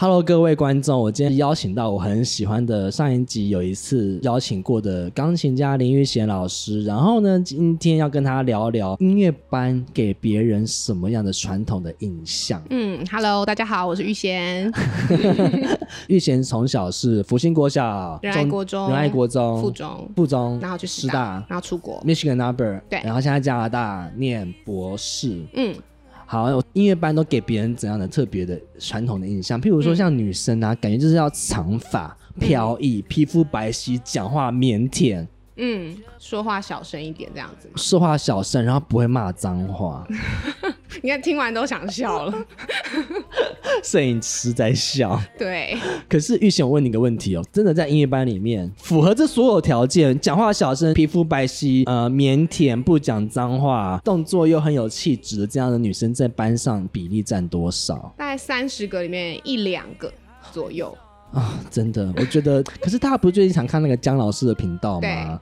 Hello，各位观众，我今天邀请到我很喜欢的上一集有一次邀请过的钢琴家林玉贤老师，然后呢，今天要跟他聊聊音乐班给别人什么样的传统的印象。嗯，Hello，大家好，我是 玉贤，玉贤从小是福星国小、仁爱国中仁爱国中、附中附中，然后去师师大大，然后出国。 Michigan Number，对然后现在加拿大念博士。嗯，好，我音乐班都给别人怎样的特别的传统的印象？譬如说像女生啊，感觉就是要长发、飘逸、皮肤白皙、讲话腼腆、嗯，说话小声一点，这样子嘛。说话小声，然后不会骂脏话。你看听完都想 笑了。摄影师在笑。对，可是玉贤，我问你个问题哦，真的在音乐班里面，符合这所有条件，讲话小声，皮肤白皙，呃，腼腆，不讲脏话，动作又很有气质的这样的女生，在班上比例占多少？大概三十个里面一两个左右。啊，真的，我觉得，可是大家不是最近常看那个姜老师的频道吗对？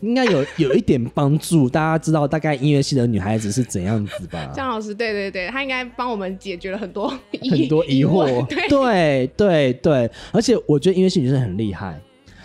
应该有有一点帮助，大家知道大概音乐系的女孩子是怎样子 吧？张老师，对对对，他应该帮我们解决了很多 疑很多疑惑，对，对对对，而且我觉得音乐系女生很厉害，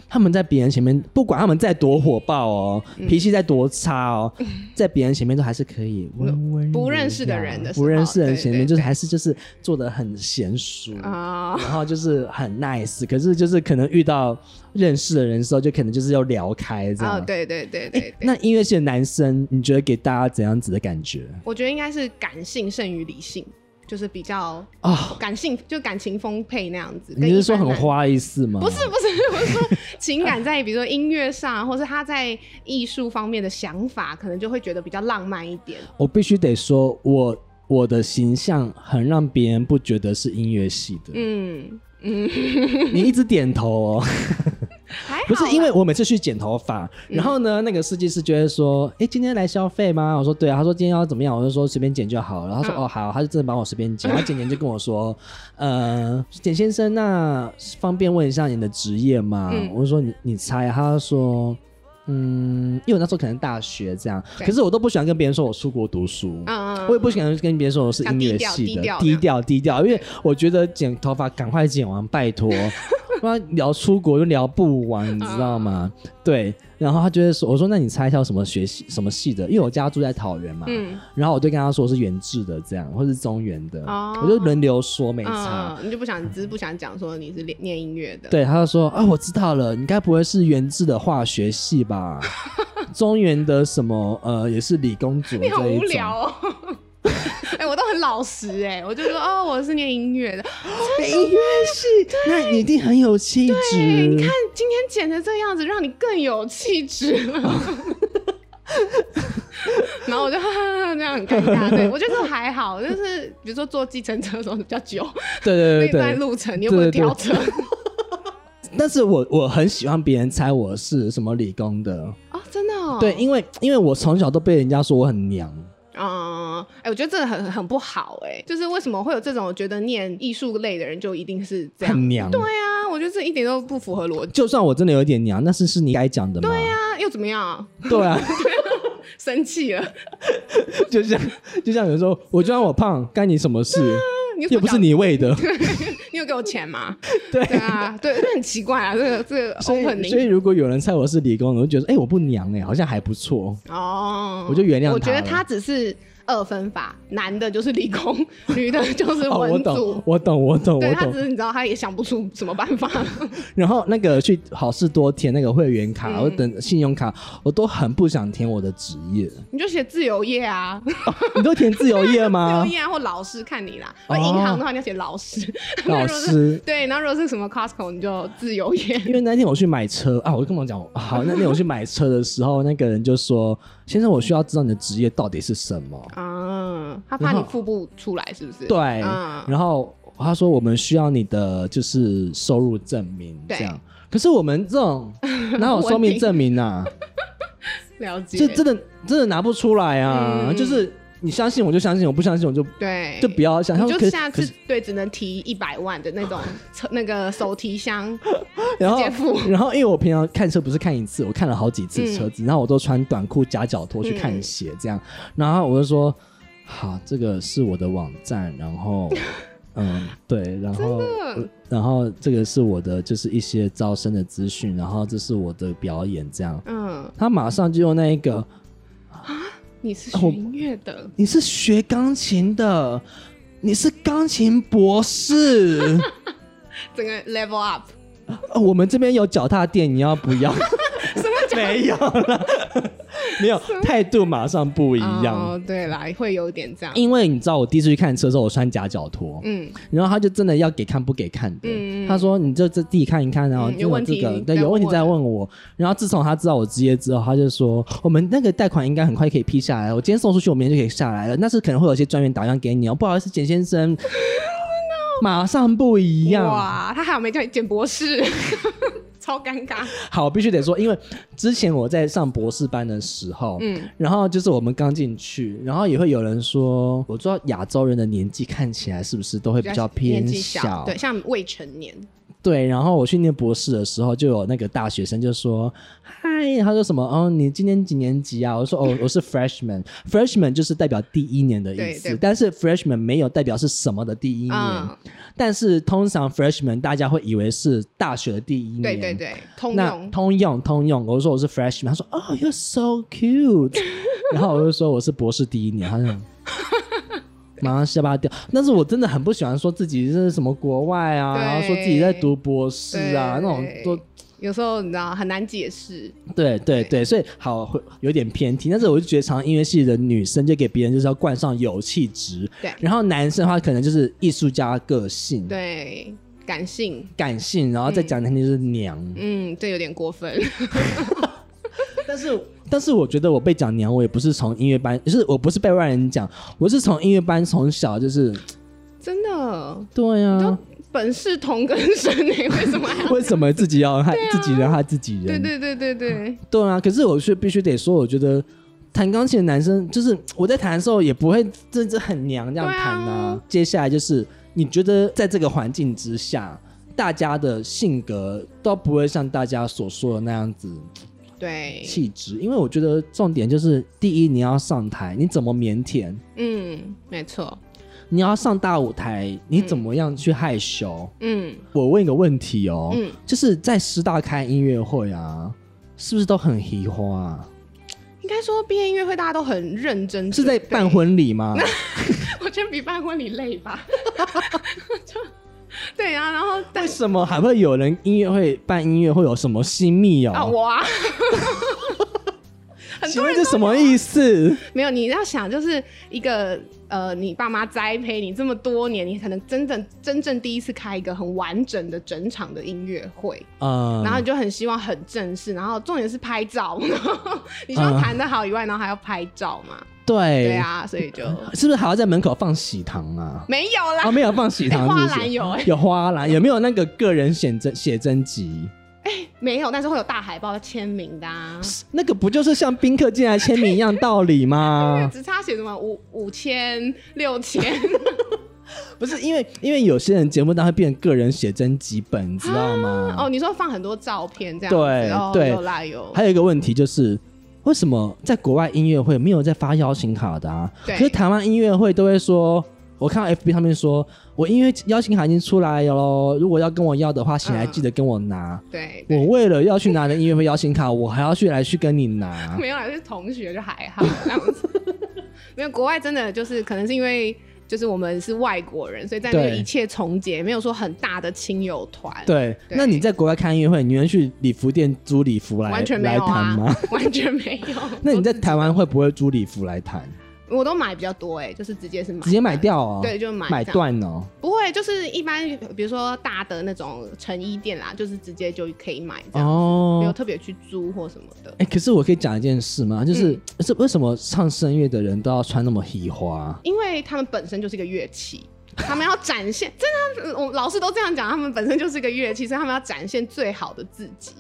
她们在别人前面，不管她们再多火爆哦，嗯脾气再多差哦，在别人前面都还是可以温温不柔认识的人的时不认候识的人对前面对就是对还是就是做的很娴熟啊、然后就是很 nice，可是就是可能遇到认识的人的时候，就可能就是要聊开这样。啊，对对对对对。那音乐系的男生，你觉得给大家怎样子的感觉我觉得应该是感性胜于理性，就是比较啊？感性，就感情丰沛那样子。哦跟你是说一般很男花的意思吗？不是不 是，我是说情感在比如说音乐上，或是他在艺术方面的想法，可能就会觉得比较浪漫一点。我必须得说，我我的形象很让别人不觉得是音乐系的。嗯，你一直点头哦，还好不啦嗯是因为我每次去剪头发，然后呢，那个设计师就会说：“哎、今天来消费吗？”我说：“对啊。”他说：“今天要怎么样？”我就说：“随便剪就好。”然后他说：“嗯哦，好。”他就真的帮我随便 剪。然后剪剪就跟我说：“呃，简先生，那方便问一下你的职业吗？”嗯我就说：“你你猜啊。”他说。嗯，因为我那时候可能大学这样，对可是我都不喜欢跟别人说我出国读书，嗯嗯我也不喜欢跟别人说我是音乐系的，要低调低低调低调，因为我觉得剪头发赶快剪完，拜 托，不然聊出国又聊不完，你知道吗？嗯对，然后他就会说，我说那你猜一下我什么学系什么系的？因为我家住在桃园嘛，嗯然后我就跟他说我是原制的这样，或是中原的，哦我就轮流说没差。嗯，你就不想，你只是不想讲说你是念念音乐的。，对，他就说啊，我知道了，你该不会是原制的化学系 吧？中原的什么呃，也是理工组这你一好种。无聊哦。 哎、我都很老实哎、我就说哦，我是念音乐的。音乐系，那你一定很有气对，你质看。今天剪成这样子，让你更有气质了。 然后我就哈哈哈这样很尴尬，对我觉得还好，就是比如说坐计程车的时候比较久，对对对那段对，路程你又不能对对调对车但是我我很喜欢别人猜我是什么理工的， 哦，真的哦。对，因为因为我从小都被人家说我很娘，嗯，哎、我觉得这个很很不好哎、就是为什么会有这种觉得念艺术类的人就一定是这样？很娘。对啊，我觉得这一点都不符合逻辑就算我真的有点娘，那是是你该讲的嘛。对啊，啊，又怎么样啊？对啊， 生气了？就像就像有人说，我就算我胖，干你什么 事？你有什又不么是讲，你喂的。你有给我钱吗？对 对啊，对，这很奇怪啊，这个这个所以 opening 所以如果有人猜我是理工的，我就觉得哎、我不娘哎、好像还不错。哦，我就原谅我觉他得了他只是二分法，男的就是理工，女的就是哦，我文组。懂，我懂，我懂，对我他懂只。是你知道，他也想不出什么办法。然后那个去好事多填那个会员卡，嗯我等信用卡，我都很不想填我的职业。 你就写自由业啊，你都填自由业吗自由？业啊或老师看你啦。哦那银行的话你要写老师， 那老如果是师。对，然后如果是什么 Costco 你就自由业。因为那天我去买车啊，我就跟我讲，好，那天我去买车的时候，那 个人就说：“先生，我需要知道你的职业到底是什么。 啊，他怕然后你付不出来是不是？对，嗯，然后他说我们需要你的就是收入证明，对这样。可是我们这 种哪有收明证明啊？了解。就真的真的拿不出来啊！嗯就是你相信我就相信，我不相信我就对，就不要想。他你说就可下可次对只能提一百万的那种车那个手 提箱，然后直接付 然后因为我平常看车不是看一次，我看了好几次嗯车子，然后我都穿短裤夹脚拖去看鞋这样，然后我就说。好，这个是我的网站，然 后。嗯，对，然后，呃然后这个是我的，就是一些招生的资讯，然后这是我的表演，这样，嗯，他马上就用那一个，你是学音乐的，你是学钢琴的，你是钢琴博士，整个 level up，呃我们这边有脚踏垫，你要不要？什么没有 了，没有，态度马上不一样。哦，对啦，会有点这样。因为你知道，我第一次去看车的时候，我穿夹脚拖，嗯，然后他就真的要给看不给看的。嗯嗯他说：“你就这自己看一看，然后嗯因为有我问这题个你对再有问题问再我问我。”然后自从他知道我职业之后，他就说：“我们那个贷款应该很快可以批下来，我今天送出去，我明天就可以下来了。但是可能会有一些专员打电话给你哦，不好意思，简先 Oh 生，马上不一样。”哇，他还有没叫你简博士， 超尴尬。好，必须得说，因为之前我在上博士班的时候，嗯嗯，然后就是我们刚进去，然后也会有人说，我知道亚洲人的年纪看起来是不是都会比较偏年纪小，对，像未成年，对，然后我去念博士的时候，就有那个大学生就说：“嗨，他说什么？哦，你今年几年级啊？”我说：“ 哦，我是 freshman，freshman 就是代表第一年的意对思对，但是 freshman 没有代表是什么的第一年，嗯，但是通常 freshman 大家会以为是大学的第一年，对对对，通那用，通用通用，我就说我是 freshman，他说哦、oh,，you're so cute，然 后我就说我是博士第一年，他 就马上下巴掉。但是我真的很不喜欢说自己是什么国外啊，对然后说自己在读博士啊，那对种都有时候你知道很难解释，对对对对，所以好会有点偏题。但是我就觉得，常常音乐系的女生就给别人就是要冠上有气质，对然后男生的话可能就是艺术家个性，对，感性，感性，然后再讲难听就是娘。嗯，这有点过分， 但是，但是我觉得我被讲娘，我也不是从音乐班，就是我不是被外人讲，我是从音乐班从小就是，真的，对啊，本是同根生诶，为什 么还要？为什么自己要害、自己人害自己人？对对对对对，对啊，可是我却必须得说，我觉得弹钢琴的男生，就是我在弹的时候也不会真的很娘这样弹啊。接下来就是你觉得在这个环境之下，大家的性格都不会像大家所说的那样子对，气质，因为我觉得重点就是第一，你要上台，你怎么腼腆？嗯，没错，你要上大舞台，你怎么样去害羞？嗯我问一个问题哦，嗯，就是在师大开音乐会啊，是不是都很奇花、啊？应该说毕业音乐会大家都很认真，是在办，婚礼吗？ 我觉得比办婚礼累 吧， 就对啊，然后但为什么还会有人音乐会办音乐会有什么新密啊哦？我啊。很请多问人这什么意思？没有，啊你要想，就是一个呃，你爸妈栽培你这么多年，你可能真正真正第一次开一个很完整的整场的音乐会，嗯，然后你就很希望很正式，然后重点是拍照， 然后你希望弹得好以外，然后还要拍照嘛，对对，啊，所以就是不是还要在门口放喜糖 啊？没有啦啊，。没有放喜糖，哎是不是花篮有哎有花篮，有没有那个个人写真写真集？没有，但是会有大海报签名的、啊，那个不就是像宾客进来签名一样道理吗？ 只差写什么五五千、六千，不是因为，因为有些人节目单会变个人写真集本，你知道吗？ 哦，你说放很多照片这样子，对哦，对有啦有，还有一个问题就是，为什么在国外音乐会没有在发邀请卡的啊？可对是台湾音乐会都会说，我看到 FB 上面说，我音乐邀请卡已经出来了咯，如果要跟我要的话，请来记得跟我拿。对，我为了要去拿的音乐会邀请卡，我还要去来去跟你 拿。没有啊啦，就是同学就还好这样 子。没有，国外真的就是可能是因为就是我们是外国人，所以在那个对一切从简，没有说很大的亲友团，，对，对那你在国外看音乐会，你会去礼服店租礼服来完全没来有弹啊吗？，完全没有。那你在台湾会不会租礼服来弹？我都买比较多哎、就是直接是买直接买掉哦？对，就买买这样，断哦。不会就是一般比如说大的那种成衣店啦，就是直接就可以买这样，没有哦，特别去租或什么的。哎、可是我可以讲一件事吗？就是、嗯是为什么唱声乐的人都要穿那么喜花？因为他们本身就是一个乐器，他们要展现，真的啊，我老师都这样讲，他们本身就是一个乐器，所以他们要展现最好的自己。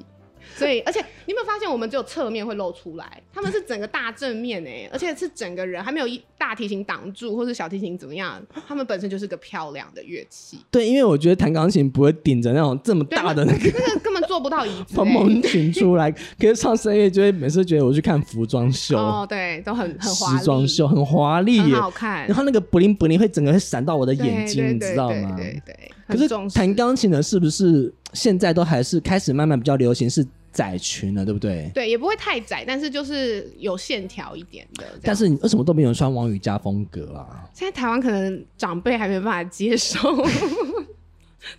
所以，而且你有没有发现，我们只有侧面会露出来，他们是整个大正面 哎、而且是整个人还没有一大提琴挡住，或是小提琴怎么样，他们本身就是个漂亮的乐器，对，因为我觉得弹钢琴不会顶着那种这么大的那 个那个根本做不到椅 子、蓬欸。蓬裙出来，可是唱声乐就会每次觉得我去看服装秀、哦，对，都很很华 丽，时装秀很华丽很耶，好看然。后那个布灵布灵会整个会闪到我的眼睛，对你知道吗？对对对对，可很是重视弹钢琴的是不是现在都还是开始慢慢比较流行是窄裙了，对不对？对啊也不会太窄，但是就是有线条一点的这样。但是你为什么都没有人穿王羽佳风格啊？现在台湾可能长辈还没办法接受，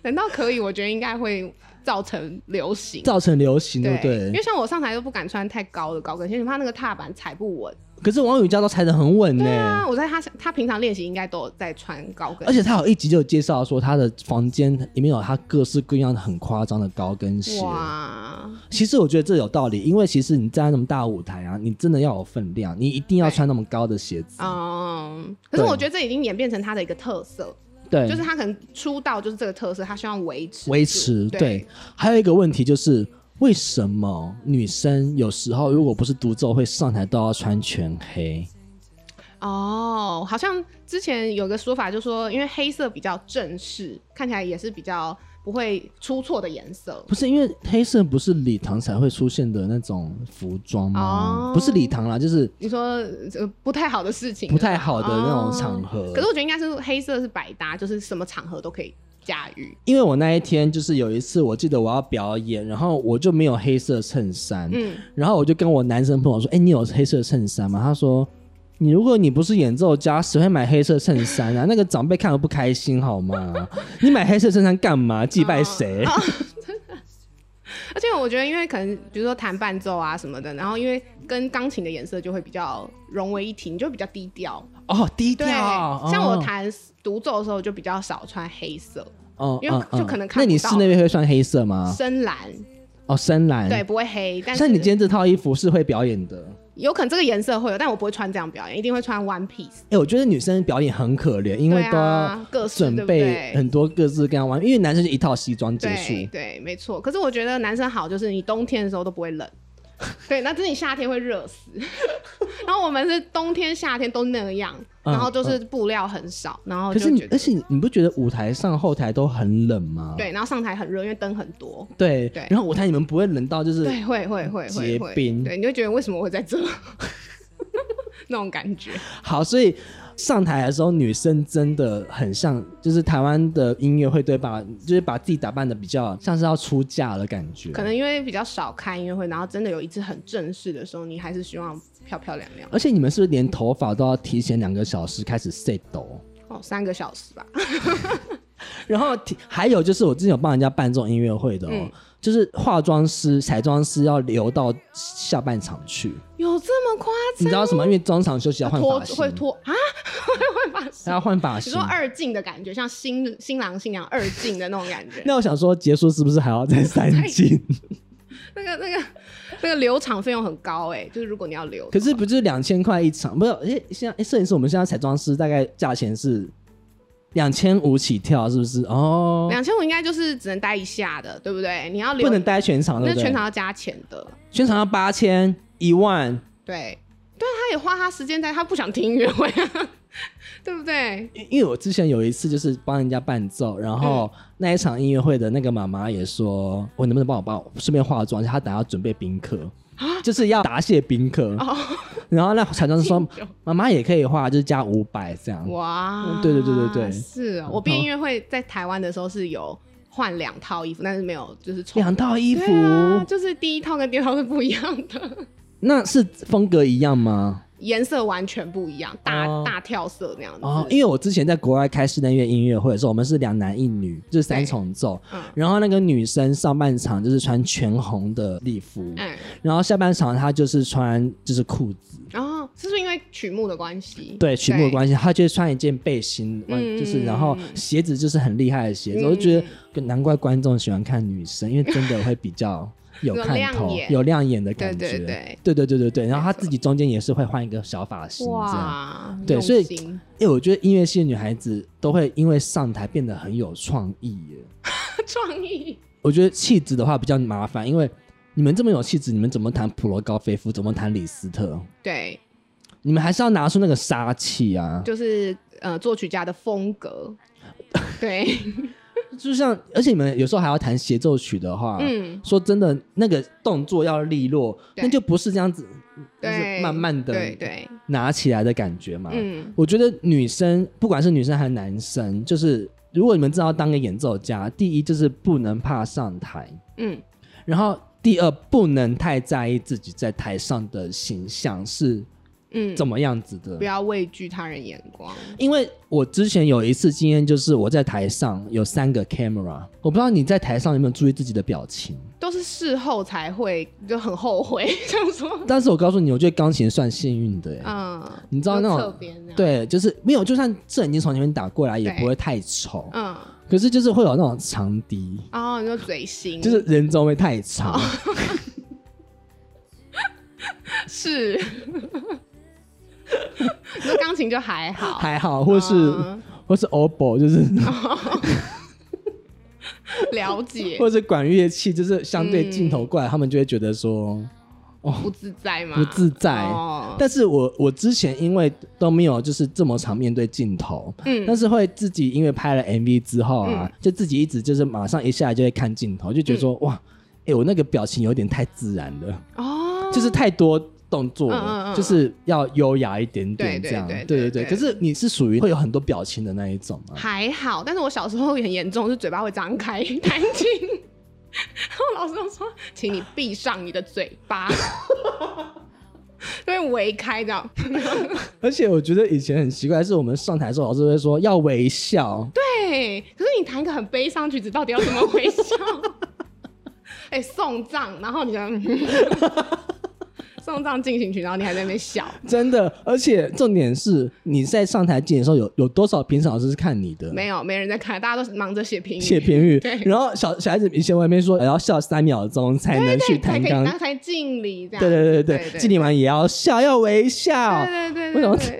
难道可以？我觉得应该会造成流行。造成流行，对不因对为？像我上台都不敢穿太高的高跟鞋，因为怕那个踏板踩不稳。可是王羽佳都踩得很稳呢、对啊，我在他他平常练习应该都有在穿高跟鞋，而且他有一集就有介绍说，他的房间里面有他各式各样的很夸张的高跟鞋。哇，其实我觉得这有道理，因为其实你站在那么大的舞台啊，你真的要有分量，你一定要对穿那么高的鞋子。嗯，可是对我觉得这已经演变成他的一个特色，对，就是他可能出道就是这个特色，他希望维持维住持。对。对，还有一个问题就是，为什么女生有时候如果不是独奏会上台都要穿全黑？哦，好像之前有个说法，就说因为黑色比较正式，看起来也是比较不会出错的颜色。不是因为黑色不是礼堂才会出现的那种服装吗？哦不是礼堂啦，就是你说呃不太好的事情，不太好的那种场合。可是我觉得应该是黑色是百搭，就是什么场合都可以驾驭。因为我那一天就是有一次，我记得我要表演，然后我就没有黑色衬衫，嗯，然后我就跟我男生朋友说：“哎、你有黑色衬衫吗？”他说：“你如果你不是演奏家，谁会买黑色衬衫啊？那个长辈看了不开心好 吗？你买黑色衬衫干嘛？祭拜谁？哦而且我觉得，因为可能比如说弹伴奏啊什么的，然后因为跟钢琴的颜色就会比较融为一体，你就会比较低调。 哦，低调对，。像我哦，弹独奏的时候就比较少穿黑色，哦因为嗯就嗯可能看不那到你室内会穿黑色吗？深蓝哦，深啊蓝。对，不会黑，但是像你今天这套衣服是会表演的。有可能这个颜色会有，但我不会穿这样表演，一定会穿 one piece。哎、我觉得女生表演很可怜，因为对都啊要各式准对不备对很多各式各样玩，因为男生就一套西装结束。对对，没错。可是我觉得男生好就是你冬天的时候都不 会冷，对，那只是你夏天会热死。 然后我们是冬天、夏天都那样，嗯然后就是布料很少，然后可是哦就你觉，而得且你你不觉得舞台上、后台都很冷吗？对，然后上台很热，因为灯很多。对对然后舞台你们不会冷到就是对，会会会结会会，冰对，你就觉得为什么我会在这？ 那种感觉，好，所以上台的时候，女生真的很像，就是台湾的音乐会对吧？就是把自己打扮的比较像是要出嫁的感觉。可能因为比较少看音乐会，然后真的有一次很正式的时候，你还是希望漂漂亮亮而且你们是不是连头发都要提前两个小时开始 set 抖？哦，三个小时吧。然后提还有就是，我之前有帮人家办这种音乐会的哦，嗯就是化妆师、彩妆师要留到下半场去， 有这么夸你知道什么？因为中场休息要张？换脱发型，会脱啊？ 会换发他型？要换发你型说。二进的感觉，像新新郎新娘二进的那种感觉。 那我想说，结束是不是还要再三进？ 那个那个那个留场费用很高哎、就是如果你要留，可是不就是两千块一场？不是，诶，现在诶摄影师我们现在彩妆师大概价钱是两千五起跳，是不是？哦，两千五应该就是只能待一下的，对不对？你要留不能待全场，对那不对？全场要加钱的，全场要八千一万，对。对，啊他也花他时间在，他不想听音乐会、 啊，对不对？因因为我之前有一次就是帮人家伴奏，然后嗯那一场音乐会的那个妈妈也说，我能不能帮我帮我顺便化妆一下？她等下要准备宾客，啊就是要答谢宾客。然后那彩妆师说哦敬酒，妈妈也可以化，就是加五百这样。哇嗯，对对对对嗯对是哦。我毕业音乐会在台湾的时候是有换两套衣服，但是没有就是重两套衣服，对啊，就是第一套跟第二套是不一样的， 那是风格一样吗？颜色完全不一样，大、哦大跳色那样子。哦，因为我之前在国外开室内乐音乐会的时候，我们是两男一女，就是三对重奏。嗯然后那个女生上半场就是穿全红的礼服，嗯，然后下半场她就是穿就是裤子，然后是不是因为曲目的关系？对曲目的关系，她就是穿一件背心，嗯就是然后鞋子就是很厉害的鞋子，我就觉得难怪观众喜欢看女生，因为真的会比 较有有看亮头，眼有亮眼的感对觉。对对对对对对对然后她没错自己中间也是会换一个小发型，这样。哇，对用所以心 因为我觉得音乐系的女孩子都会因为上台变得很有创意耶。创意我觉得气质的话比较麻烦，因为你们这么有气质，你们怎么弹普罗高菲夫？怎么弹李斯特？对，你们还是要拿出那个杀气啊！就是呃作曲家的风 格，对，啊就像，而且你们有时候还要弹协奏曲的话，嗯，说真的，那个动作要利落，对那就不是这样子，就是对，慢慢啊的对对，拿起来的感觉嘛。嗯，我觉得女生，不管是女生还是男生，就是如果你们知道当个演奏家，第一就是不能怕上台，嗯，然后第二不能太在意自己在台上的形象是嗯，怎么样子的。不要畏惧他人眼光。因为我之前有一次经验，就是我在台上有三个 camera，我不知道你在台上有没有注意自己的表情。都是事后才会就很后悔， 想说，但是我告诉你，我觉得钢琴算幸运的、欸，嗯，你知道那种就侧边这样，对，就是没有，就算正已经从前面打过来，也对不会太丑。嗯，可是就是会有那种长笛，然后哦你就嘴型，就是人中会太长。是， 你说钢琴就还好，还好，或是、嗯或是 oboe，就是、了解，或是管乐器，就是相对镜头过来，他们就会觉得说不自在吗？不自在。哦，但是我我之前因为都没有就是这么常面对镜头，但嗯，是会自己因为拍了 MV 之后啊，就自己一直就是马上一下来就会看镜头，就嗯觉得说、哇，哎、我那个表情有点太自然了，哦，就是太多动作了，嗯嗯嗯就是要优雅一点点对这样。对对对对。对可是你是属于会有很多表情的那一种 吗？还好，但是我小时候很严重，是嘴巴会张开 弹琴，然后老师就说，请你闭上你的嘴巴， 就会围开这样，而且我觉得以前很奇怪，是我们上台的时候，老师会说要微笑，对，可是你弹一个很悲伤的曲子，到底要怎么回笑？ 哎、送葬，然后你想 送葬进行曲，然后你还在那边笑，真的。而且重点是你在上台进的时候有，有多少评审老师是看你的？没有，没人在看，大家都忙着写评语，写评语对，然后小小孩子以前外面说呃要笑三秒钟才能去对，才弹可以，钢然后才敬礼这样，对对对对对，敬礼完也要笑，要微笑。对对对为什么对对。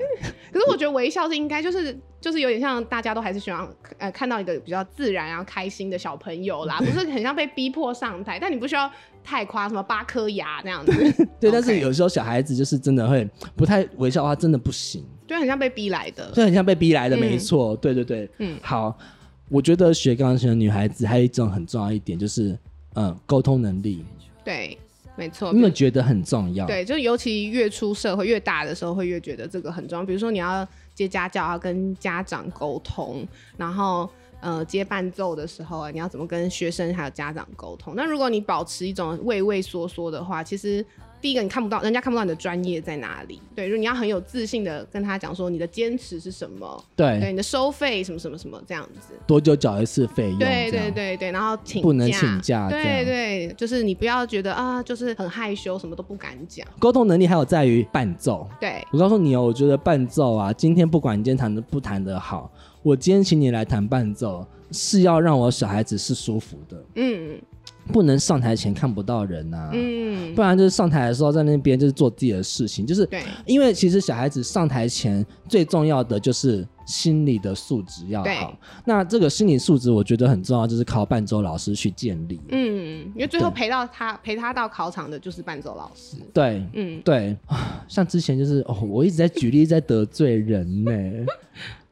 可是我觉得微笑是应该，就是就是有点像大家都还是喜欢呃看到一个比较自然啊开心的小朋 友啦，不是很像被逼迫上台，但你不需要太夸什么八颗牙那样子，对，但是 OK 有时候小孩子就是真的会不太微笑的话，真的不行，就很像被逼来的。所以很像被逼来的，嗯没错。对对对，嗯好，我觉得学钢琴的女孩子还有一种很重要一点就是，嗯，沟通能力，对，没错。你有没有觉得很重要？对，就尤其越出社会越大的时候，会越觉得这个很重要。比如说你要接家教，要跟家长沟通，然后呃接伴奏的时候啊，你要怎么跟学生还有家长沟通？那如果你保持一种畏畏缩缩的话，其实第一个你看不到，人家看不到你的专业在哪里。对，就你要很有自信的跟他讲说你的坚持是什么，对对，你的收费什么什么什么这样子。多久缴一次费用？对这对样，对对，然后请不能请假啊这样对对，就是你不要觉得啊，就是很害羞，什么都不敢讲。沟通能力还有在于伴奏。对，我告诉你哦，我觉得伴奏啊，今天不管你今天弹的不弹的好，我今天请你来弹伴奏，是要让我小孩子是舒服的，嗯不能上台前看不到人啊，嗯，不然就是上台的时候在那边就是做自己的事情，就是对因为其实小孩子上台前最重要的就是心理的素质要对好，那这个心理素质我觉得很重要，就是靠伴奏老师去建立。嗯，因为最后对陪到他陪他到考场的就是伴奏老师。对，嗯，对， 像之前就是哦，我一直在举例在得罪人呢、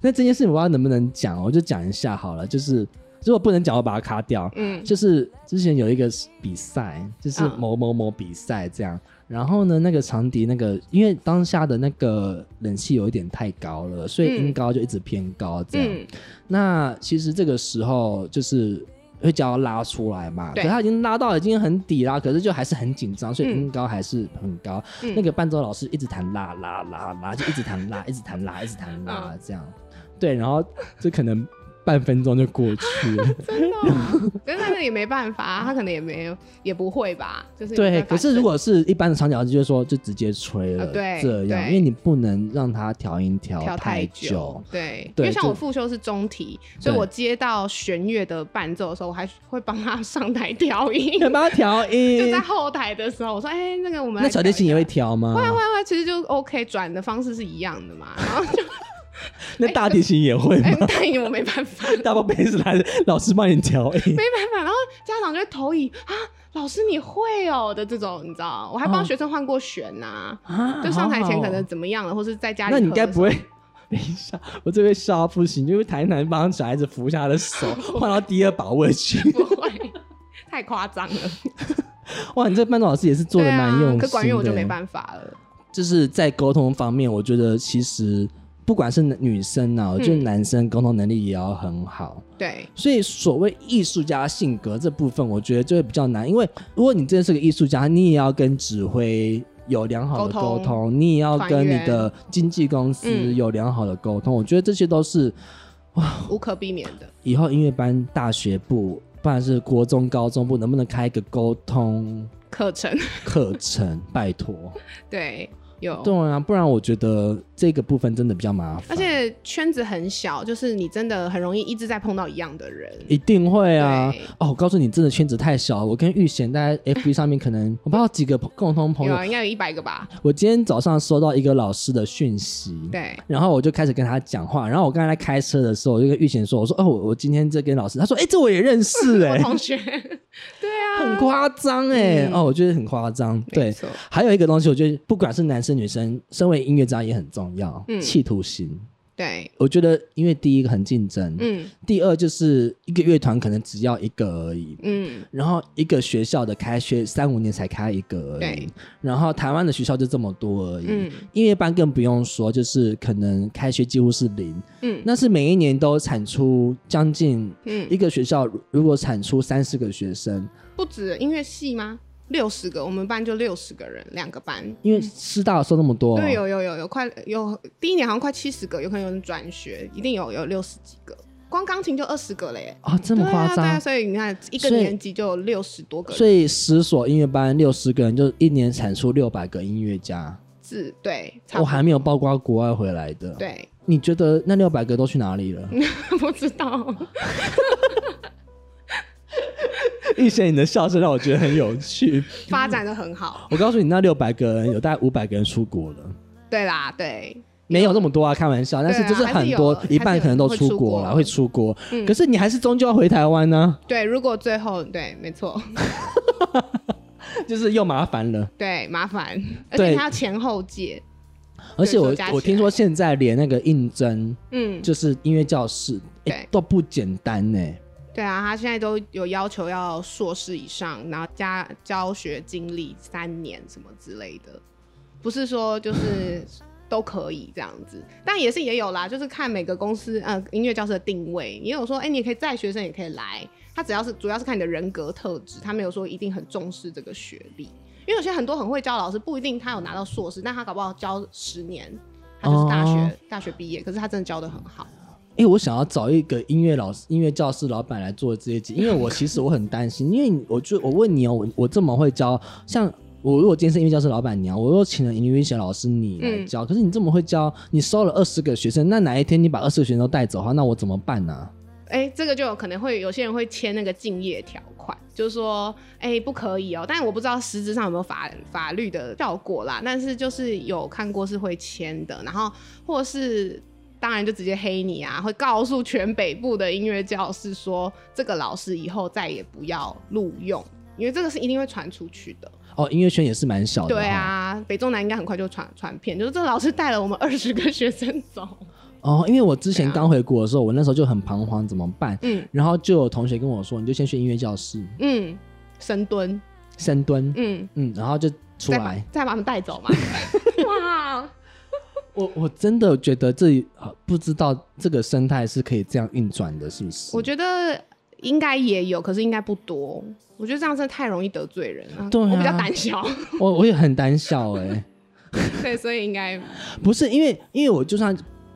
那这件事情我不知道能不能讲，哦我就讲一下好了。就是如果不能讲，我把它卡掉。嗯就是之前有一个比赛，就是嗯某某某比赛这样。然后呢，那个长笛那个，因为当下的那个冷气有一点太高了，所以嗯音高就一直偏高 这样。嗯，那其实这个时候就是会叫他拉出来嘛，可对是他已经拉到已经很底啦，可是就还是很紧张，所以嗯音高还是很高。嗯那个伴奏老师一直弹拉拉拉拉，就一直弹拉，一直弹拉，一直弹拉 嗯这样。对，然后就可能半分钟就过去 了。真的哦，可是那个也没办法，啊他可能也没有也不会吧，就是没对，办法可是如果是一般的长角，就是说就直接吹了，啊对这样，对因为你不能让它调音调调太久。，对，对因为像就我副修是中提，所以对我接到弦乐的伴奏的时候，我还会帮他上台调音你，要帮它调 就音在，后台的时候，我说，哎，那个我们那来小提调一琴也下会调吗？会啊会啊会啊，其实就 OK，转的方式是一样的嘛，然后就 那大提琴也会吗？哎，但我没办法，大包贝斯来，老师帮你调音。没办法，然后家长就会投以啊，老师你会哦的这种，你知道，我还帮嗯学生换过弦呐、啊就上台前可好能好哦怎么样了，或是在家里。那你该不会？等一下，我这边笑到不行，因为台南帮小孩子扶下他的 手，换到第二把位去。不会？太夸张了，哇，你这班导老师也是 做的蛮用心对啊。的。欸可管乐我就没办法了。就是在沟通方面，我觉得其实不管是男女生啊，我嗯觉得男生沟通能力也要很好。对，所以所谓艺术家性格这部分，我觉得就会比较难，因为如果你真的是个艺术家，你也要跟指挥。有良好的沟沟通通，你也要跟团你员的经纪公司嗯有良好的沟通。我觉得这些都是无可避免的。以后音乐班、大学部，不然是国中、高中部，能不能开一个沟通课程 课程？拜托，对有，对啊，不然我觉得这个部分真的比较麻烦，而且圈子很小，就是你真的很容易一直在碰到一样的人。一定会啊对。哦，我告诉你，真的圈子太小了，我跟玉贤在 FB 上面可能我不知道几个共同朋有友。啊，应该有一百个吧？我今天早上收到一个老师的讯息，对，然后我就开始跟他讲话。然后我刚才在开车的时候，我就跟玉贤说：“我说哦，我我今天这跟老师，他说哎、这我也认识哎、 我同学，对啊，很夸张哎，嗯哦，我觉得很夸张，没对错。还有一个东西，我觉得不管是男生女生，身为音乐家也很重要，嗯企图心。对，我觉得，因为第一个很竞争，嗯第二就是一个乐团可能只要一个而已，嗯，然后一个学校的开学三五年才开一个而已对，然后台湾的学校就这么多而已。嗯音乐班更不用说，就是可能开学几乎是零，嗯那是每一年都产出将近一嗯，个学校如如果产出三四个学生，不止音乐系吗？六十个，我们班就六十个人，两个班。因为师大收那么多，哦对，有有有有快有第一年好像快七十个，有可能有人转学，一定有有六十几个，光钢琴就二十个了耶，啊，这么对夸啊对张啊，。所以你看一个所以年级就有六十多个所以十所音乐班六十个人，就一年产出六百个音乐家。字，对，差我不多还没有包括国外回来的。，对，你觉得那六百个都去哪里 了？不知道， 玉贤，你的笑声让我觉得很有趣。发展的很好，我告诉你，那六百个人有大概五百个人出国了。对啦，对，没有那么多啊，开玩笑，但是对啊就是很多，还是有一半可能都还是有出国了，会会出国。嗯可是你还是终究要回台湾啊呢、对，如果最后对，没错， 就是又麻烦了。对，麻烦，而对且他要前后届，而且对我收加起来我听说现在连那个应征，嗯，就是音乐教室，诶对都不简单呢、对啊，他现在都有要求要硕士以上，然后加教学经历三年什么之类的，不是说就是都可以这样子，但也是也有啦，就是看每个公司呃音乐教室的定位，也有说哎、你也可以在学生也可以来，他只要是主要是看你的人格特质，他没有说一定很重视这个学历，因为有些很多很会教的老师不一定他有拿到硕士，但他搞不好教十年，他就是大学、哦大学毕业，可是他真的教的很好，哎、我想要找一个音乐老师、音乐教室老板来做这一集，因为我其实我很担心，因为我就我问你哦，我我这么会教，像我如果今天是音乐教室老板娘，我又请了音乐小老师你来嗯教，可是你这么会教，你收了二十个学生，那哪一天你把二十个学生都带走的话，那我怎么办呢、哎、这个就有可能会有些人会签那个竞业条款，就是说，哎、不可以哦、但我不知道实质上有没有法法律的效果啦。但是就是有看过是会签的，然后或是当然就直接黑你啊，会告诉全北部的音乐教室说，这个老师以后再也不要录用，因为这个是一定会传出去的。哦，音乐圈也是蛮小的，对，啊，北中南应该很快就传传遍，就是这个老师带了我们二十个学生走。哦，因为我之前对啊刚回国的时候，我那时候就很彷徨，怎么办？嗯然后就有同学跟我说，你就先去音乐教室嗯，深蹲，深蹲，嗯。嗯，然后就出再把来。再把他们带走嘛。 哇，我我真的觉得这呃不知道这个生态是可以这样运转的，是不是？ 我觉得应该也有，可是应该不多。我觉得这样真的太容易得罪人了。对啊我比较胆小，我我也很胆小哎、 对，所以应该不是因为因为我就算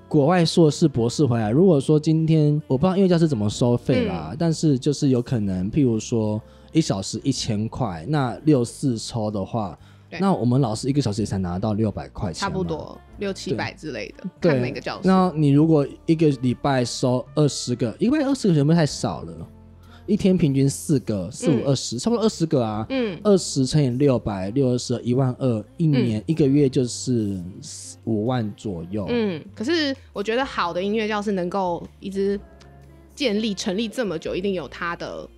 国外硕士博士回来，如果说今天我不知道音乐教师怎么收费嗯啦，但是就是有可能，譬如说一小时一千块，那六四抽的话，对那我们老师一个小时也才拿到六百块钱，差不。多六七百之类的，对看每个教室。那你如果一个礼拜收二十个，一个礼拜二十个学生会不会太少了？一天平均四个，四五嗯二十，差不多二十个啊。嗯，二十乘以六百，六十一万二，一年、一个月就是五万左右。嗯，可是我觉得好的音乐教室能够一直建立、成立这么久，一定有它的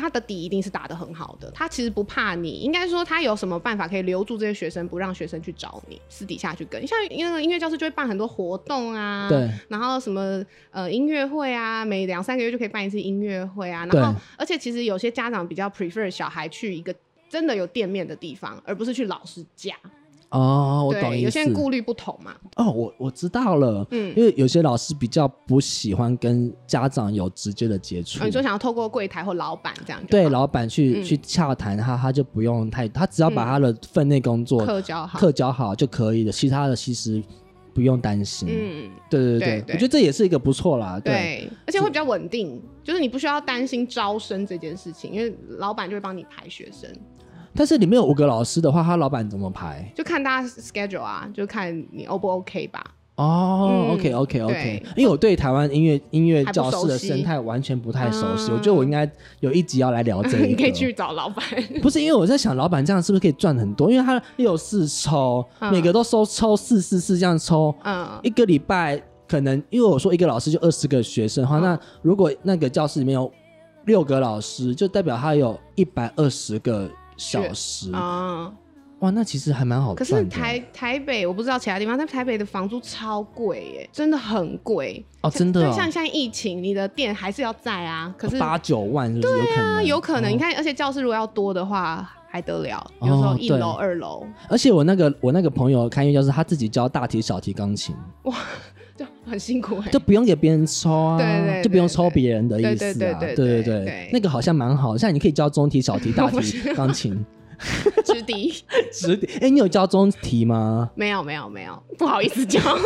他的底一定是打得很好的。他其实不怕你，应该说他有什么办法可以留住这些学生，不让学生去找你，私底下去跟。像那个音乐教室就会办很多活动啊，对，然后什么呃音乐会啊，每两三个月就可以办一次音乐会啊。对然后，而且其实有些家长比较 prefer 小孩去一个真的有店面的地方，而不是去老师家。哦，我对懂意有思些。人顾虑不同嘛。哦，我我知道了。嗯，因为有些老师比较不喜欢跟家长有直接的接触哦，你说想要透过柜台或老板这样就对好老板去、嗯去洽谈他，他就不用太，他只要把他的分内工作课教好。课教好就可以了，其他的其实不用担心。嗯，对对对对，对我觉得这也是一个不错啦。对对，而且会比较稳定，就是你不需要担心招生这件事情，因为老板就会帮你排学生，但是里面有五个老师的话，他老板怎么排？就看大家 schedule 啊，就看你 O 不 OK 吧。哦、嗯 o k OK OK，对因为我对台湾音乐音乐教室的还不熟悉生态完全不太熟悉，嗯我觉得我应该有一集要来聊这个。 你可以去找老板，不是因为我在想，老板这样是不是可以赚很多？因为他六四抽，嗯每个都收抽四四四这样抽，嗯，一个礼拜可能因为我说一个老师就二十个学生的话，嗯那如果那个教室里面有六个老师，就代表他有一百二十个小时，啊、哇，那其实还蛮好可赚的。哦是台台北我不知道其他地方，但台北的房租超贵耶，真的很贵。哦，真的、对，哦，像像疫情，你的店还是要在啊，可是八九万是不是有可啊能？有可能，哦你看，而且教室如果要多的话，还得了？有时哦候一对楼、二楼，而且我那个我那个朋友开音乐教室，他自己教大提、小提、钢琴，就很辛苦哎、就不用给别人抽啊，对对对就不用抽别人的意思啊，对对对对对对对对那个好像蛮好，像你可以教中提、小提、大 我提、知道钢琴、直抵。指点。哎、你有教中提吗？ 没有没有没有，不好意思讲，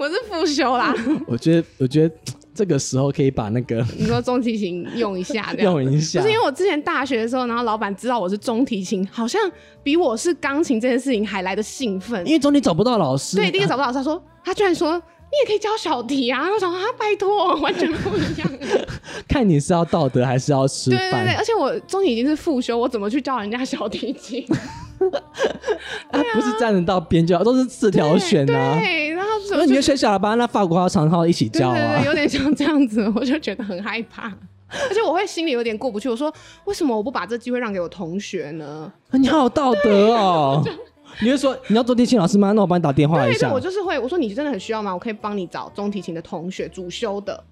我是复修啦。我觉得，我觉得这个时候可以把那个你说中提琴用一 下这样。用一下不是，因为我之前大学的时候，然后老板知道我是中提琴，好像比我是钢琴这件事情还来的兴奋因。为中提找不到老师，对，第一个啊找不到老师，他说他居然说你也可以教小提啊，我想说啊，拜托，完全不一样。啊看你是要道德还是要吃对饭。啊对对，而且我中提已经是复修，我怎么去教人家小提琴？啊，不是站得到边就好，都是四条选啊。对，然后怎那么你就就选小喇叭，那法国号、长号一起对教对啊对，。有点像这样子，我就觉得很害怕， 而且我会心里有点过不去。我说为什么我不把这机会让给我同学呢？啊你好有道德 哦。你会说你要做提琴老师吗？那我帮你打电话一对对，下我。就是会，我说你真的很需要吗？我可以帮你找中提琴的同学主修的，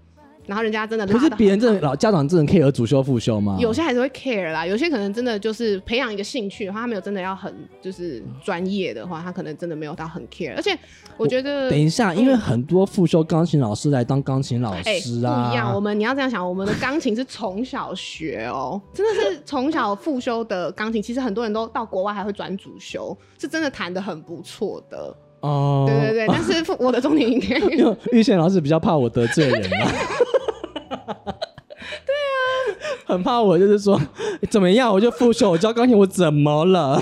然后人家真的可拉是的。别人这种老家长这种 care 主修复修吗？有些还是会 care 啦，有些可能真的就是培养一个兴趣的话，他没有真的要很就是专业的话，他可能真的没有到很 care。而且我觉得等一下，因为很多复修钢琴老师来当钢琴老哎、师啊，不一样。我们你要这样想，我们的钢琴是从小学哦， 真的是从小复修的钢琴。其实很多人都到国外还会转主修，是真的弹的很不错的。哦，对对对，但是复我的重点应该 因为玉贤老师比较怕我得罪人 嘛。对啊，啊 很怕我就是说怎么样，我就复修，我教钢琴，我怎么了？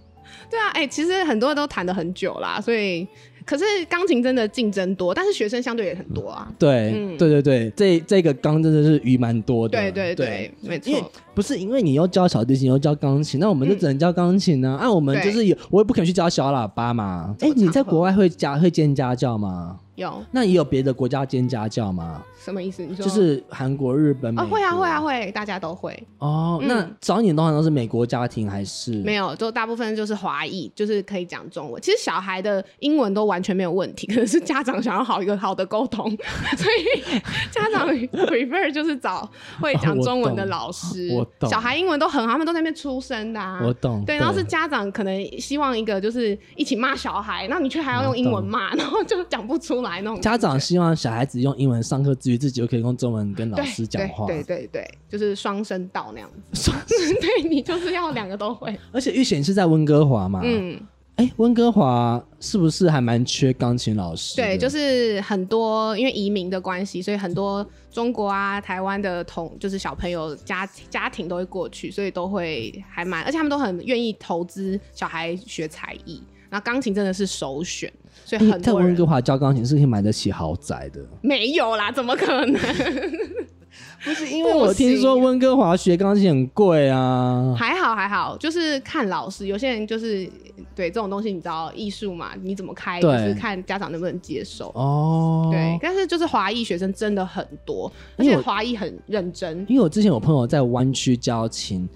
对啊，哎、其实很多人都弹的很久啦，所以可是钢琴真的竞争多，但是学生相对也很多啊。对、嗯对对对，这这个钢真的是鱼蛮多的。对对对，没因为错。嗯不是因为你又教小提琴又教钢琴，那我们就只能教钢琴呢、啊。按、我们对就是有，我也不肯去教小喇叭嘛。哎、这么哦你常在喝国外会家会兼家教吗？有那也有别的国家兼家教吗？什么意思？你说就是韩国、日本、啊，美国会啊会啊。会，大家都会。哦，嗯那找你的话都是美国家庭还是没有，就大部分就是华裔，就是可以讲中文。其实小孩的英文都完全没有问题，可 能是家长想要好一个好的沟通， 所以家长 prefer 就是找会哦讲我中文的懂老师 我。懂小孩英文都很好，他们都在那边出生的啊。我懂。对，然后是家长可能希望一个就是一起骂小孩，那你却还要我用英文懂骂，然后就讲不出来那种感觉。家长希望小孩子用英文上课之余，自己就可以用中文跟老对师讲对话。对对对，就是双声道那样 子。对你就是要两个都会。而且玉贤是在温哥华嘛，嗯，嗯。哎，温哥华是不是还蛮缺钢琴老师的？对，就是很多因为移民的关系，所以很多中国啊、台湾的同就是小朋友家家庭都会过去，所以都会还蛮，而且他们都很愿意投资小孩学才艺。然后钢琴真的是首选，所以诶很哎 在多温人哥华教钢琴是可以买得起豪宅的。没有啦，怎么可能？ 不是因为我我听说温哥华学钢琴很贵啊。还好还好，就是看老师，有些人就是对这种东西，你知道艺术嘛？你怎么开对就是看家长能不能接受。哦，对，，但是就是华裔学生真的很多，而因为且我华裔很认真。因为我之前有朋友在湾区交情，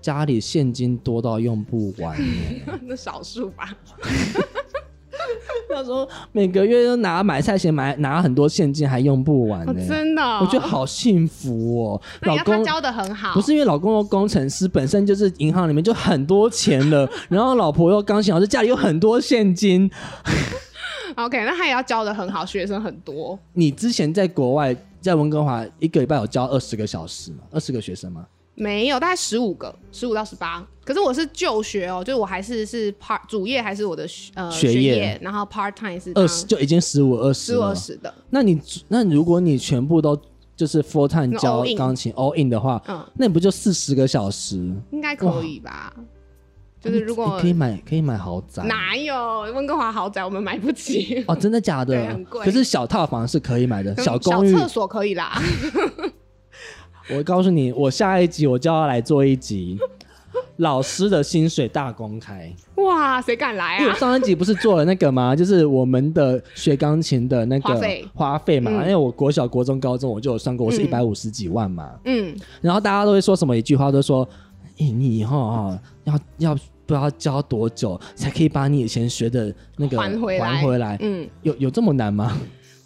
家里现金多到用不完耶 那少数吧，他说每个月都拿买菜钱买拿很多现金，还用不完哦呢、真的哦、啊我觉得好幸福哦，那老你看他公。教的很好，不是因为老公的工程师本身就是银行里面就很多钱了，然后老婆又钢琴老师，家里有很多现金。 OK，那他也要教的很好，学生很多，你之前在国外，在温哥华一个礼拜有教二十个小时吗？二十个学生吗？没有大概十五个，十五到十八。可是我是就学哦，就是我还是是 part 主业还是我的学呃学业业，然后 part time 是二十就哦已经十五二十嗯十五了二。十的，那你那如果你全部都就是 full time 那教 all in 钢琴 all in 的话，嗯，那你不就四十个小时？应该可以吧？就是如你果可以买可以买豪宅。哪有温哥华豪宅，我们买不起。哦，真的假对的很？贵嗯可是小套房是可以买的，小公小寓。厕所可以啦， 我告诉你，我下一集我就要来做一集老师的薪水大公开。哇，谁敢来因为我啊？上一集不是做了那个吗？就是我们的学钢琴的那花个费花费嘛，嗯因为我国小、国中、高中我就有算过，我是一嗯百五十几万嘛。嗯，然后大家都会说什么一句话，都说：“哎、你以后啊、要要不知道教多久才可以把你以前学的那个还回来，还回来嗯，有有这么难吗？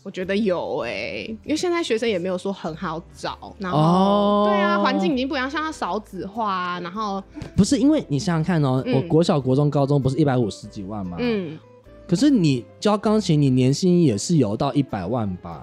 我觉得有哎、因为现在学生也没有说很好找，然后、哦对啊，环境已经不一样，像他少子化、啊，然后不是因为你想想看哦，嗯我国小、国中、高中不是一百五十几万吗？嗯，可是你教钢琴，你年薪也是有到一百万吧？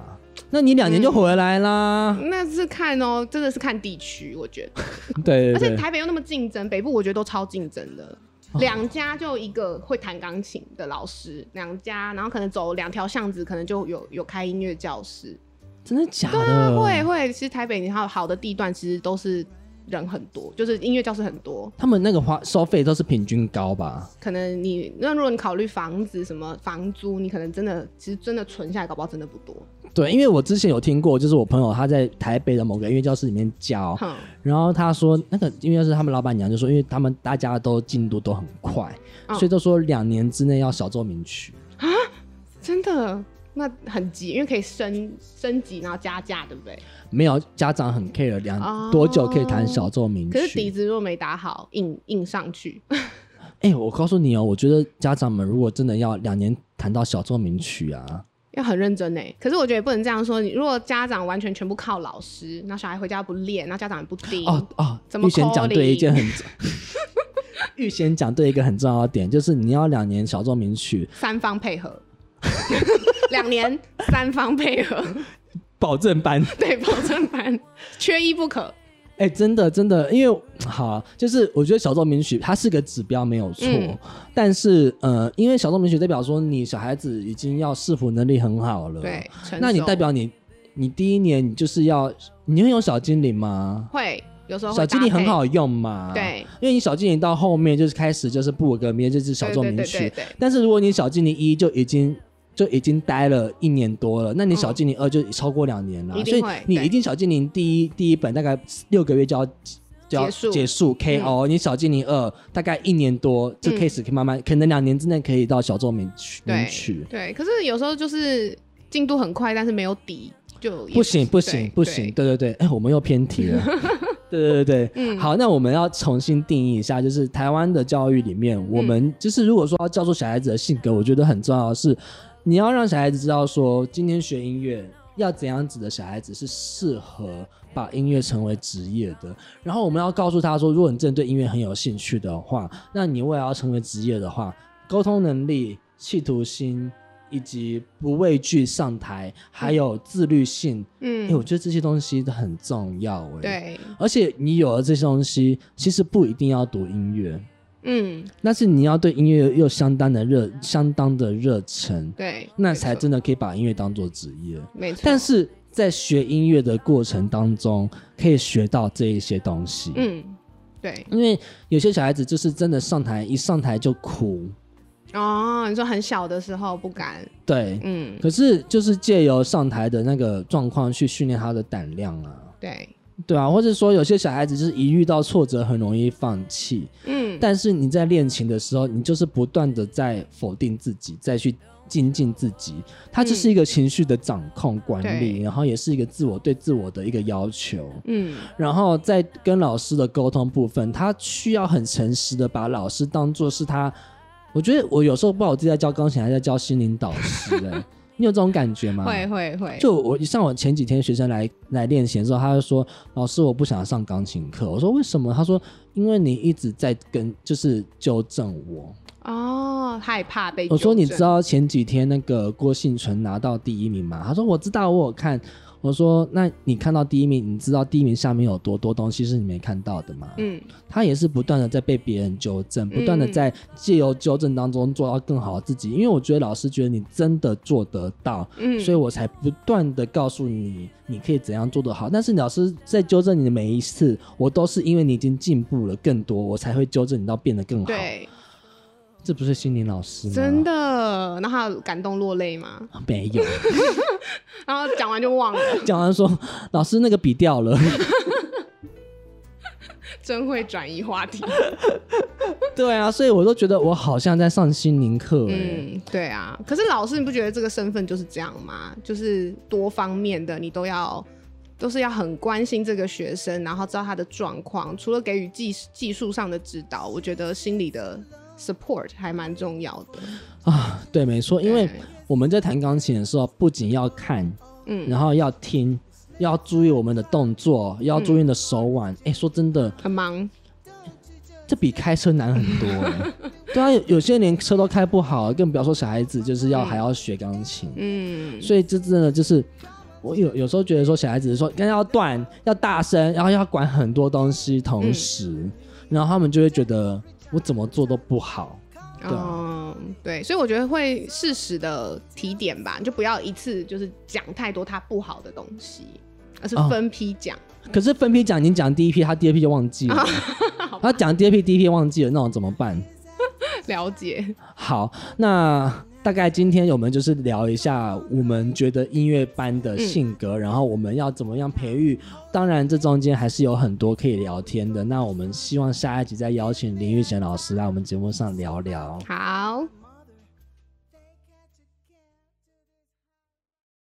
那你两年就回来啦。那是看哦，真的是看地区，我觉得，对对嗯而哦且对，台北又那么竞争，北部我觉得都超竞争的。两家就一个会弹钢琴的老师，两家，然后可能走两条巷子，可能就有有开音乐教室。真的假对啊，的？会会，其实台北你还有好的地段，其实都是人很多，就是音乐教室很多。他们那个花收费都是平均高吧？可能你那如果你考虑房子什么房租，你可能真的其实真的存下来，搞不好真的不多。对，因为我之前有听过，就是我朋友他在台北的某个音乐教室里面教，哼，然后他说那个音乐教室他们老板娘就说，因为他们大家都进度都很快，嗯所以都说两年之内要小奏鸣曲。真的那很急，因为可以升升级，然后加价，对不对？没有家长很 care 两、哦多久可以弹小奏鸣曲。可是底子如果没打好，硬硬上去， 哎、我告诉你哦，我觉得家长们如果真的要两年弹到小奏鸣曲啊，要很认真哎。可是我觉得也不能这样说，你如果家长完全全部靠老师，然后小孩回家不练，然后家长也不听，哦哦，怎么预先讲 calling？对一件很， 预先讲对一个很重要的点，就是你要两年小奏鸣曲，三方配合， 两年三方配合， 保证班。对，保证班缺一不可。哎、真的真的，因为好啊，就是我觉得小奏鸣曲它是个指标没有错，嗯但是呃，因为小奏鸣曲代表说你小孩子已经要视谱能力很好了，对，，成呃那你熟代表你，你第一年你就是要，你会用小精灵吗？会有时候会小精灵搭配很，好啊用嘛，，对，因为你小精灵到后面就是开始就是布尔格明就是小对奏对鸣对曲，对对但是如果你小精灵一就已经就已经待了一年多了，那你小精灵二就超过两年了，一所定以会你对一定小精灵第一第一本大概六个月就要。就要结束结束 KO，、你小精灵二大概一年多，这嗯 case 可以慢慢，可能两年之内可以到小奏鸣曲。鸣曲对对。可是有时候就是进度很快，但是没有底，就也不行不对行不行，对对对，哎、我们又偏题 了。对对对对，嗯好，那我们要重新定义一下，就是台湾的教育里面，我们嗯就是如果说要教出小孩子的性格，我觉得很重要的是，你要让小孩子知道说，今天学音乐要怎样子的小孩子是适合把音乐成为职业的，然后我们要告诉他说，如果你真的对音乐很有兴趣的话，那你未来要成为职业的话，沟通能力、企图心以及不畏惧上台，还有自律性，哎、嗯，我觉得这些东西都很重要哎。，对，而且你有了这些东西，其实不一定要读音乐，嗯但是你要对音乐又相当的热，相当的热忱，对，那没才错真的可以把音乐当做职业。没错。但是在学音乐的过程当中，可以学到这一些东西。嗯，对因为有些小孩子就是真的上台一上台就哭，哦，你说很小的时候不敢，对。嗯，可是就是借由上台的那个状况去训练他的胆量啊。对，对啊，或者说有些小孩子就是一遇到挫折很容易放弃，嗯，但是你在练琴的时候，你就是不断的在否定自己，再去精进自己，它这是一个情绪的掌控管理，嗯对然后也是一个自我对自我的一个要求。嗯，然后在跟老师的沟通部分，他需要很诚实的把老师当做是他。我觉得我有时候不知道我自己在教钢琴还是在教心灵导师、欸，你有这种感觉吗？会会会，啊就我像我前几天学生来来练琴的时候，他就说：“老师，我不想上钢琴课。”我说：“为什么？”他说：“因为你一直在跟就是纠正我。哦，害怕被”我说：“纠你正知道前几天那个郭幸存拿到第一名吗？”他说：“我知道，我有看。”我说：“那你看到第一名，你知道第一名下面有多多东西是你没看到的吗？”嗯，他也是不断的在被别人纠正，不断的在借由纠正当中做到更好的自己。因为我觉得老师觉得你真的做得到，嗯所以我才不断的告诉你你可以怎样做得好。但是老师在纠正你的每一次，我都是因为你已经进步了更多，我才会纠正你到变得更好。对，这不是心灵老师吗？真的，然后还有感动落泪吗？没有。然后讲完就忘了， 讲完说老师那个笔掉了，真会转移话题。对啊，所以我都觉得我好像在上心灵课、欸。嗯，对啊。可是老师，你不觉得这个身份就是这样吗？就是多方面的，你都要都是要很关心这个学生，然后知道他的状况。除了给予技技术上的指导，我觉得心理的 support 还蛮重要的。啊，对，没错，因为嗯对我们在弹钢琴的时候，不仅要看，嗯然后要听，要注意我们的动作，嗯要注意你的手腕。哎、说真的，很忙，这比开车难很多、欸。对啊，有有些人连车都开不好，更不要说小孩子，就是要、还要学钢琴。嗯，所以这真的就是，我有有时候觉得说小孩子说要断，要大声，然后要管很多东西，同时，然后他们就会觉得我怎么做都不好。嗯、啊对，所以我觉得会适时的提点吧，就不要一次就是讲太多他不好的东西，而是哦分批讲。可是分批讲，你讲第一批，他第二批就忘记了。他讲第二批，第一批忘记了，那种怎么办？了解，好，那大概今天我们就是聊一下我们觉得音乐班的性格，然后我们要怎么样培育。当然，这中间还是有很多可以聊天的。那我们希望下一集再邀请林玉贤老师来我们节目上聊聊。好。